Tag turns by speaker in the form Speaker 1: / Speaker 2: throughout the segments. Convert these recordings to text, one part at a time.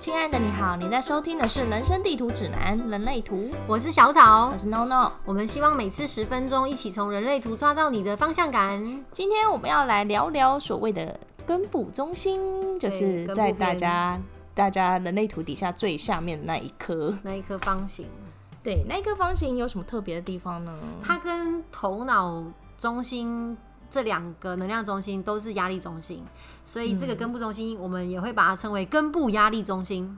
Speaker 1: 亲爱的，你好，你在收听的是《人生地图指南：人类图》，
Speaker 2: 我是小草
Speaker 1: 我，是 No No。
Speaker 2: 我们希望每次十分钟，一起从人类图抓到你的方向感。
Speaker 1: 今天我们要来聊聊所谓的根部中心，就
Speaker 2: 对
Speaker 1: 是
Speaker 2: 根部
Speaker 1: 在
Speaker 2: 边
Speaker 1: 大家大家人类图底下最下面的那一颗。
Speaker 2: 那一颗方形，
Speaker 1: 对，那一颗方形有什么特别的地方呢？
Speaker 2: 它跟头脑中心这两个能量中心都是压力中心，所以这个根部中心我们也会把它称为根部压力中心，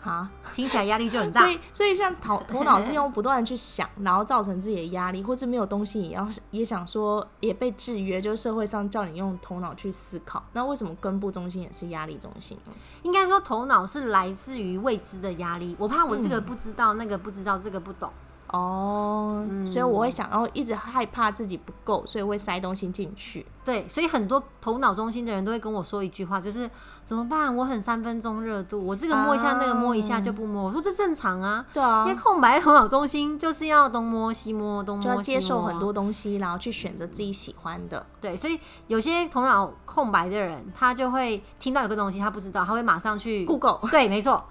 Speaker 1: 哈，
Speaker 2: 听起来压力就很大
Speaker 1: 所。以所以像头头脑是用不断的去想，然后造成自己的压力，或是没有东西也要也想说也被制约，就是社会上叫你用头脑去思考。那为什么根部中心也是压力中心呢？
Speaker 2: 应该说头脑是来自于未知的压力，我怕我这个不知道，那个不知道，这个不懂。
Speaker 1: 哦，所以我会想要一直害怕自己不够，所以会塞东西进去。
Speaker 2: 对，所以很多头脑中心的人都会跟我说一句话，就是怎么办？我很三分钟热度，我这个摸一下，
Speaker 1: 啊
Speaker 2: 那个摸一下就不摸。我说这正常啊，
Speaker 1: 对啊
Speaker 2: 因为，空白头脑中心就是要东摸西摸，东摸
Speaker 1: 就
Speaker 2: 西摸
Speaker 1: 要
Speaker 2: 啊。
Speaker 1: 接受很多东西，然后去选择自己喜欢的。
Speaker 2: 对，所以有些头脑空白的人，他就会听到有个东西他不知道，他会马上去
Speaker 1: Google
Speaker 2: 对，没错。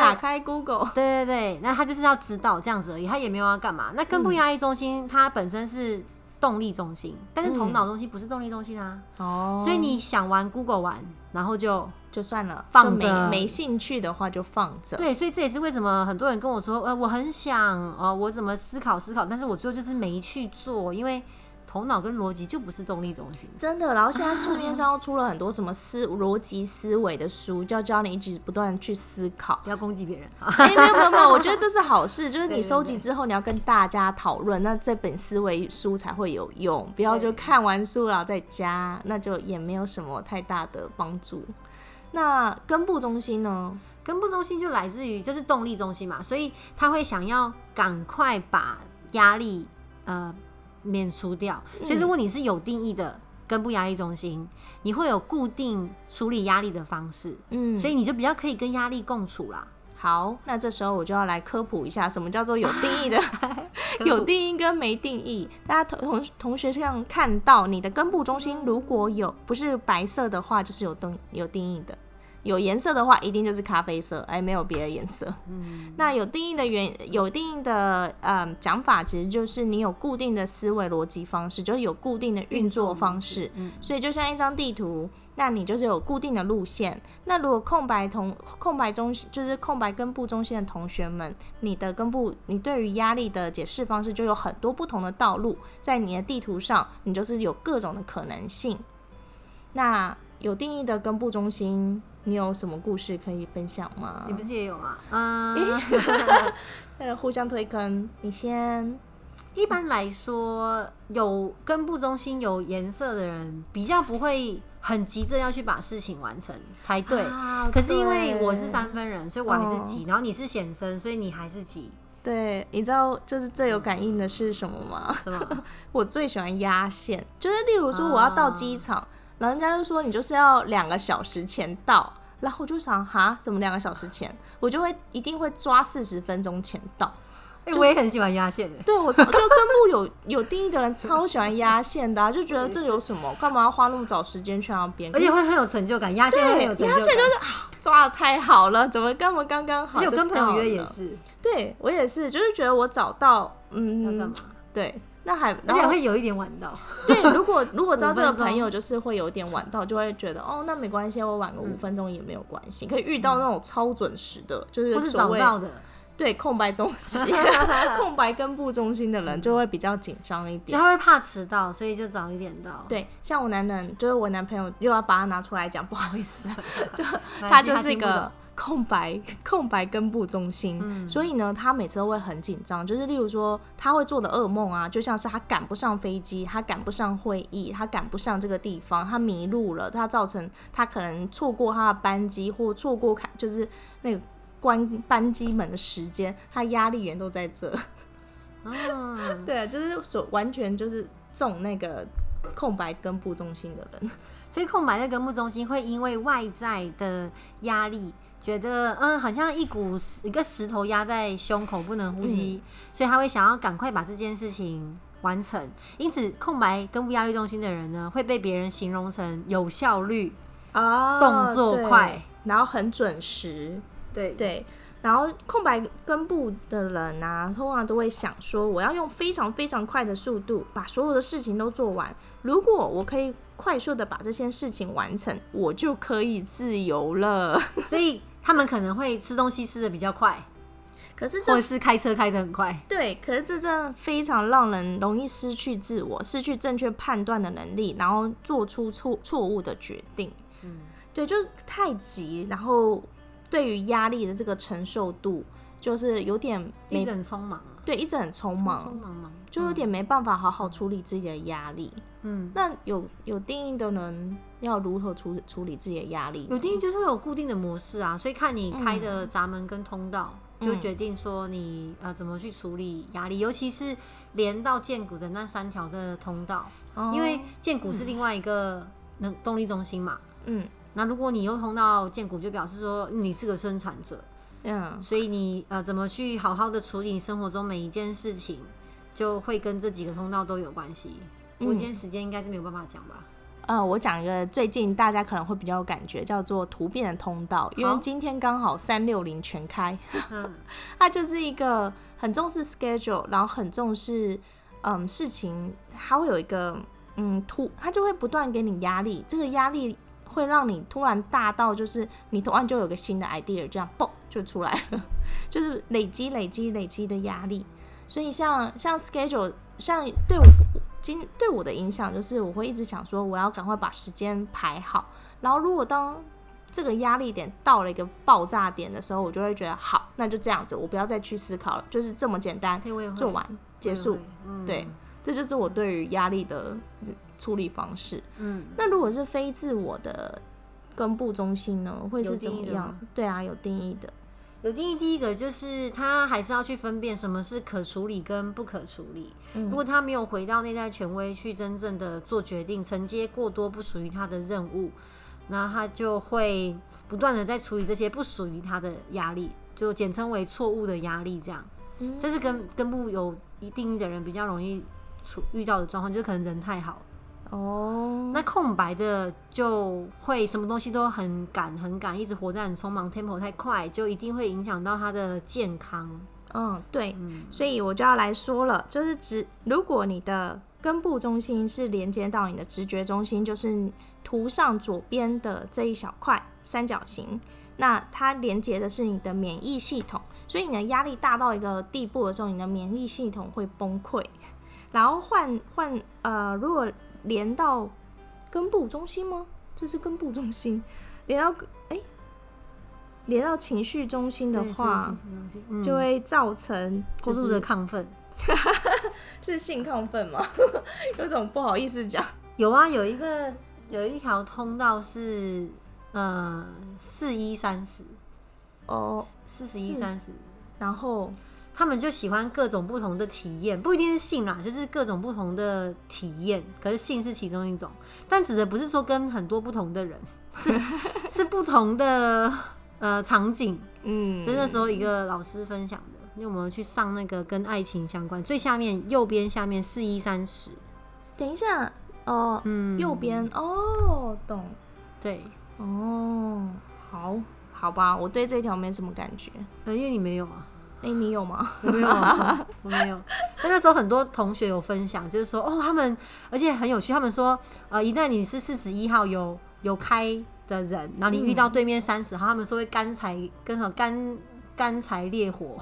Speaker 1: 打开 Google，
Speaker 2: 对对对，那他就是要知道这样子而已，他也没有要干嘛。那根部压力中心、它本身是动力中心，但是头脑中心不是动力中心啊，
Speaker 1: 哦
Speaker 2: 所以你想玩 Google 玩，然后就
Speaker 1: 就算了，
Speaker 2: 放
Speaker 1: 就没
Speaker 2: 着
Speaker 1: 没兴趣的话就放着。
Speaker 2: 对，所以这也是为什么很多人跟我说，呃，我很想，呃，我怎么思考思考，但是我最后就是没去做，因为头脑跟逻辑就不是动力中心。
Speaker 1: 真的，然后现在市面上又出了很多什么思逻辑思维的书，就要教你一直不断地去思考。
Speaker 2: 不要攻击 别人啊！
Speaker 1: 哎、没有没有没有，我觉得这是好事，就是
Speaker 2: 对
Speaker 1: 你
Speaker 2: 对
Speaker 1: 收集之后，你要跟大家讨论，那这本思维书才会有用，不要
Speaker 2: 对
Speaker 1: 就看完书然后再加，那就也没有什么太大的帮助。那根部中心呢？
Speaker 2: 根部中心就来自于就是动力中心嘛，所以他会想要赶快把压力呃免除掉。
Speaker 1: 嗯
Speaker 2: 所以如果你是有定义的根部压力中心，你会有固定处理压力的方式，
Speaker 1: 嗯，
Speaker 2: 所以你就比较可以跟压力共处啦。
Speaker 1: 好，那这时候我就要来科普一下，什么叫做有定义的， 有定义跟没定义。大家同同同学上看到你的根部中心如果有不是白色的话，就是有定有定义的；有颜色的话，一定就是咖啡色，哎，没有别的颜色。那有定义的原有定义的呃讲法，其实就是你有固定的思维逻辑方式，就是有固定的运作方式。所以就像一张地图，那你就是有固定的路线。那如果空白同空白中心就是空白根部中心的同学们，你的根部你对于压力的解释方式就有很多不同的道路，在你的地图上，你就是有各种的可能性。那有定义的根部中心，你有什么故事可以分享吗？啊
Speaker 2: 你不是也有 吗？嗯，
Speaker 1: 呃，互相推坑，你先。
Speaker 2: 一般来说，有根部中心有颜色的人，比较不会很急着要去把事情完成才对。
Speaker 1: 啊
Speaker 2: 可是因为我是
Speaker 1: 对
Speaker 2: 三分人，所以我还是
Speaker 1: 哦
Speaker 2: 急。然后你是显身，所以你还是急，
Speaker 1: 对，你知道就是最有感应的是什么吗？
Speaker 2: 是吗？
Speaker 1: 我最喜欢压线，就是例如说我要
Speaker 2: 啊
Speaker 1: 到机场，然后人家就说你就是要两个小时前到，然后我就想哈，怎么两个小时前？我就会一定会抓四十分钟前到。
Speaker 2: 哎、我也很喜欢压线的、
Speaker 1: 对我超就根部有有定义的人超喜欢压线的、啊，就觉得这有什么，干嘛要花那么早时间去那边？
Speaker 2: 而且会很有成就感，压线会很
Speaker 1: 对，
Speaker 2: 有
Speaker 1: 压
Speaker 2: 成
Speaker 1: 线
Speaker 2: 就
Speaker 1: 就
Speaker 2: 感。
Speaker 1: 是啊， 抓的太好了，怎么干嘛刚刚好
Speaker 2: 而且
Speaker 1: 就
Speaker 2: 我
Speaker 1: 到了？
Speaker 2: 跟朋友约也是，
Speaker 1: 对我也是，就是觉得我找到，
Speaker 2: 要干
Speaker 1: 嗯
Speaker 2: 嘛，？
Speaker 1: 对，那还
Speaker 2: 而
Speaker 1: 然
Speaker 2: 且
Speaker 1: 后
Speaker 2: 会有一点晚到，
Speaker 1: 对，如果如果知道
Speaker 2: 五
Speaker 1: 这
Speaker 2: 分
Speaker 1: 个
Speaker 2: 钟
Speaker 1: 朋友就是会有点晚到，就会觉得哦，那没关系，我晚个
Speaker 2: 嗯
Speaker 1: 五分钟也没有关系，可以遇到那种超准时的，就是
Speaker 2: 或是
Speaker 1: 所
Speaker 2: 找
Speaker 1: 谓
Speaker 2: 到的，
Speaker 1: 对空白中心、 空白根部中心的人就会比较紧张一
Speaker 2: 就
Speaker 1: 点。
Speaker 2: 他会怕迟到，所以就早一点到。
Speaker 1: 对，像我男人，就是我男朋友，又要把他拿出来讲，不好意思，就
Speaker 2: 没关系，
Speaker 1: 他就是一
Speaker 2: 听不
Speaker 1: 个
Speaker 2: 懂。
Speaker 1: 空白 空白根部中心，所以呢，他每次都会很紧张。就是例如说，他会做的噩梦啊，就像是他赶不上飞机，他赶不上会议，他赶不上这个地方，他迷路了，他造成他可能错过他的班机或错过看就是那个关班机门的时间，他压力源都在这。
Speaker 2: 嗯，
Speaker 1: 对，啊就是所完全就是中那个空白根部中心的人。
Speaker 2: 所以空白的根部中心会因为外在的压力，觉得嗯，好像一股石一个石头压在胸口不能呼吸，所以他会想要赶快把这件事情完成。因此，空白根部压力中心的人呢，会被别人形容成有效率、
Speaker 1: 哦
Speaker 2: 动作快，
Speaker 1: 然后很准时，
Speaker 2: 对
Speaker 1: 对，然后空白根部的人啊，通常都会想说，我要用非常非常快的速度把所有的事情都做完。如果我可以快速的把这些事情完成，我就可以自由了。
Speaker 2: 所以他们可能会吃东西吃的比较快，
Speaker 1: 可是
Speaker 2: 或
Speaker 1: 这
Speaker 2: 者是开车开的很快。
Speaker 1: 对，可是这真的非常让人容易失去自我，失去正确判断的能力，然后做出错错误的决定。
Speaker 2: 嗯，
Speaker 1: 对，就太急，然后对于压力的这个承受度，就是有点
Speaker 2: 一
Speaker 1: 没
Speaker 2: 直很匆忙啊，
Speaker 1: 对，一直很匆
Speaker 2: 匆
Speaker 1: 忙，
Speaker 2: 忙忙，
Speaker 1: 就有点没办法好好处理自己的压力。
Speaker 2: 嗯，
Speaker 1: 那有有定义的人要如何处处理自己的压力呢？
Speaker 2: 有定义就是会有固定的模式啊，所以看你开
Speaker 1: 嗯
Speaker 2: 的闸门跟通道，就会决定说你呃怎么去处理压力，尤其是连到剑骨的那三条的通道，
Speaker 1: 哦，
Speaker 2: 嗯因为剑骨是另外一个能动力中心嘛。
Speaker 1: 嗯
Speaker 2: 那如果你又通到剑骨，就表示说你是个生产者，
Speaker 1: 嗯
Speaker 2: 所以你呃怎么去好好的处理你生活中每一件事情，就会跟这几个通道都有关系。
Speaker 1: 嗯
Speaker 2: 我今天时间应该是没有办法讲吧？
Speaker 1: 呃，我讲一个最近大家可能会比较有感觉，叫做突变的通道，因
Speaker 2: 好
Speaker 1: 为今天刚好三六零全开，
Speaker 2: 嗯，
Speaker 1: 它就是一个很重视 schedule，然后很重视嗯事情，它会有一个嗯突，它就会不断给你压力，这个压力会让你突然大到就是你突然就有个新的 idea，这样嘣就出来了，就是累积累积累积的压力。所以像像 schedule，像对我今对我的影响就是我会一直想说我要赶快把时间排好，然后如果当这个压力点到了一个爆炸点的时候，我就会觉得好，那就这样子，我不要再去思考了，就是这么简单，
Speaker 2: 对，我也会
Speaker 1: 做完结束。，
Speaker 2: 嗯，
Speaker 1: 对，这就是我对于压力的嗯处理方式。
Speaker 2: 嗯，
Speaker 1: 那如果是非自我的根部中心呢，会是怎么
Speaker 2: 有定义的
Speaker 1: 样
Speaker 2: 吗？
Speaker 1: 对啊，有定义的。
Speaker 2: 有定义，第一个就是他还是要去分辨什么是可处理跟不可处理。如果他没有回到内在权威去真正的做决定，承接过多不属于他的任务，那他就会不断的在处理这些不属于他的压力，就简称为错误的压力。这样，
Speaker 1: 嗯
Speaker 2: 这是跟根部有一定义的人比较容易处遇到的状况，就是可能人太好。
Speaker 1: 哦，
Speaker 2: 那空白的就会什么东西都很赶很赶，一直活在很匆忙，tempo 太快，就一定会影响到他的健康。
Speaker 1: 嗯，对，所以我就要来说了，就是直，如果你的根部中心是连接到你的直觉中心，就是图上左边的这一小块三角形，那它连接的是你的免疫系统，所以你的压力大到一个地步的时候，你的免疫系统会崩溃。然后换换呃，如果连到根部中心吗？这是根部中心，连到哎、连到情绪中心的
Speaker 2: 对
Speaker 1: 话，，就会造成
Speaker 2: 嗯过
Speaker 1: 就
Speaker 2: 度
Speaker 1: 是
Speaker 2: 的亢奋。
Speaker 1: 是性亢奋吗？ 有种不好意思讲。
Speaker 2: 有啊，有一个有一条通道是呃四一三十
Speaker 1: 哦，
Speaker 2: 四十一
Speaker 1: 是
Speaker 2: 三十，
Speaker 1: 然后
Speaker 2: 他们就喜欢各种不同的体验，不一定是性啦，就是各种不同的体验。可是性是其中一种，但指的不是说跟很多不同的人， 是是不同的呃场景。
Speaker 1: 嗯
Speaker 2: 这是那时候一个老师分享的，因为我们去上那个跟爱情相关，最下面右边下面四一三十，
Speaker 1: 等一下，哦，
Speaker 2: 嗯，
Speaker 1: 右边哦，懂
Speaker 2: 对，
Speaker 1: 哦，好好吧，我对这条没什么感觉。
Speaker 2: 呃，因为你没有啊。
Speaker 1: 哎、你有吗？
Speaker 2: 我没有啊，我没有。 但那时候很多同学有分享，就是说哦，他们而且很有趣，他们说呃，一旦你是四十一号有有开的人，然后你遇到对面三十号，他们说会干柴跟和干干柴烈火，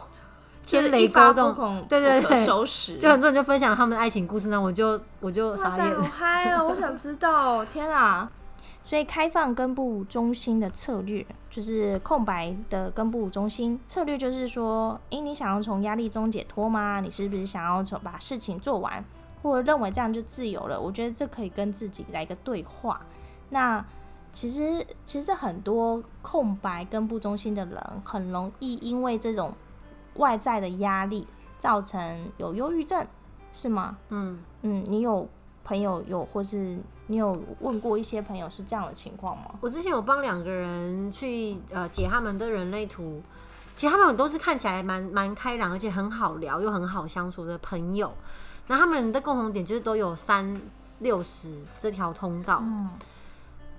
Speaker 2: 天雷勾
Speaker 1: 就是一发不
Speaker 2: 动。
Speaker 1: 可
Speaker 2: 对对
Speaker 1: 不
Speaker 2: 对
Speaker 1: 可收拾。
Speaker 2: 就很多人就分享他们的爱情故事，那我就我就
Speaker 1: 哇
Speaker 2: 傻
Speaker 1: 塞，好。
Speaker 2: 眼
Speaker 1: 嗨哦！我想知道哦，天啊！ 所以开放根部中心的策略就是空白的根部中心策略，就是说，诶，你想要从压力中解脱吗？你是不是想要从把事情做完，或者认为这样就自由了？我觉得这可以跟自己来一个对话。那其实其实很多空白根部中心的人，很容易因为这种外在的压力，造成有忧郁症，是吗？
Speaker 2: 嗯，
Speaker 1: 嗯，你有朋友有，或是你有问过一些朋友是这样的情况吗？
Speaker 2: 我之前有帮两个人去呃解他们的人类图，其实他们都是看起来蛮蛮开朗，而且很好聊又很好相处的朋友。那他们的共同点就是都有三六十这条通道。
Speaker 1: 嗯，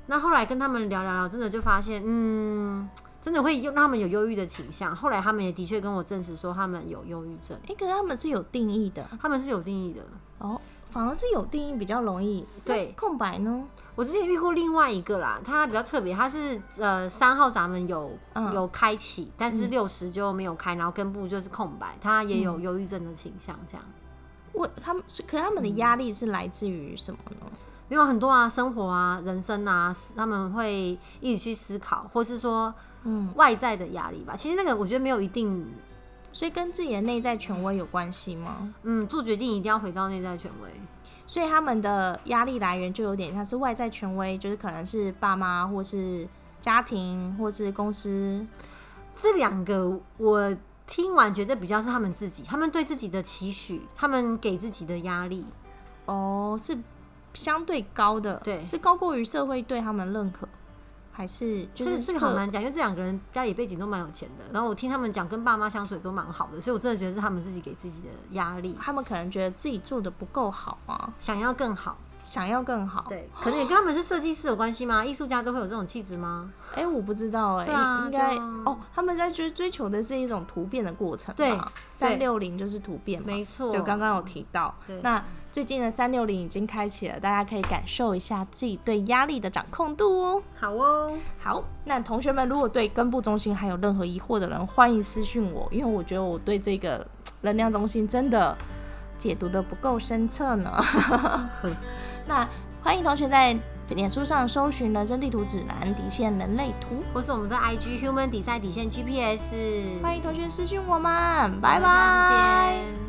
Speaker 2: 那后来跟他们聊聊聊，真的就发现，嗯，真的会让他们有忧郁的倾向。后来他们也的确跟我证实说，他们有忧郁症，
Speaker 1: 哎、可是他们是有定义的
Speaker 2: 他们是有定义的。
Speaker 1: 哦，反而是有定义比较容易。
Speaker 2: 对
Speaker 1: 那空白呢？
Speaker 2: 我之前遇过另外一个啦，他比较特别，他是呃三号闸门有、
Speaker 1: 嗯
Speaker 2: 有开启，但是六十就没有开，然后根部就是空白，他
Speaker 1: 嗯
Speaker 2: 也有忧郁症的倾向，这样、
Speaker 1: 我他们是，可是他们的压力是来自于什么呢？
Speaker 2: 没有很多啊，生活啊、人生啊，思他们会一起去思考，或是说
Speaker 1: 嗯，
Speaker 2: 外在的压力吧。其实那个我觉得没有一定，
Speaker 1: 所以跟自己的内在权威有关系吗？
Speaker 2: 嗯，做决定一定要回到内在权威。
Speaker 1: 所以他们的压力来源就有点像是外在权威，就是可能是爸妈或是家庭或是公司。
Speaker 2: 这两个我听完觉得比较是他们自己，他们对自己的期许，他们给自己的压力，
Speaker 1: 哦，是相对高的，
Speaker 2: 对
Speaker 1: 是高过于社会对他们的认可，还是就
Speaker 2: 这
Speaker 1: 是
Speaker 2: 这个好
Speaker 1: 个
Speaker 2: 难讲，因为这两个人家里背景都蛮有钱的，然后我听他们讲，跟爸妈相处也都蛮好的，所以我真的觉得是他们自己给自己的压力，
Speaker 1: 他们可能觉得自己做的不够好啊，
Speaker 2: 想要更好。
Speaker 1: 想要更好。，
Speaker 2: 对，可能也跟他们是设计师有关系吗？艺术家都会有这种气质吗？
Speaker 1: 哎、我不知道哎、
Speaker 2: 对啊
Speaker 1: 应该
Speaker 2: 这样
Speaker 1: 哦，他们在追追求的是一种突变的过程
Speaker 2: 对
Speaker 1: 嘛，三六零就是突变嘛，
Speaker 2: 没错，
Speaker 1: 就刚刚有提到
Speaker 2: 对。
Speaker 1: 那最近的三六零已经开启了，大家可以感受一下自己对压力的掌控度哦。
Speaker 2: 好哦，
Speaker 1: 好，那同学们如果对根部中心还有任何疑惑的人，欢迎私讯我，因为我觉得我对这个能量中心真的解读的不够深刻呢。 那欢迎同学在脸书上搜寻人生地图指南底线人类图，
Speaker 2: 或是我们的 IG Human 底赛底线 GPS，
Speaker 1: 欢迎同学私讯我们，拜
Speaker 2: 下
Speaker 1: 拜
Speaker 2: 次见。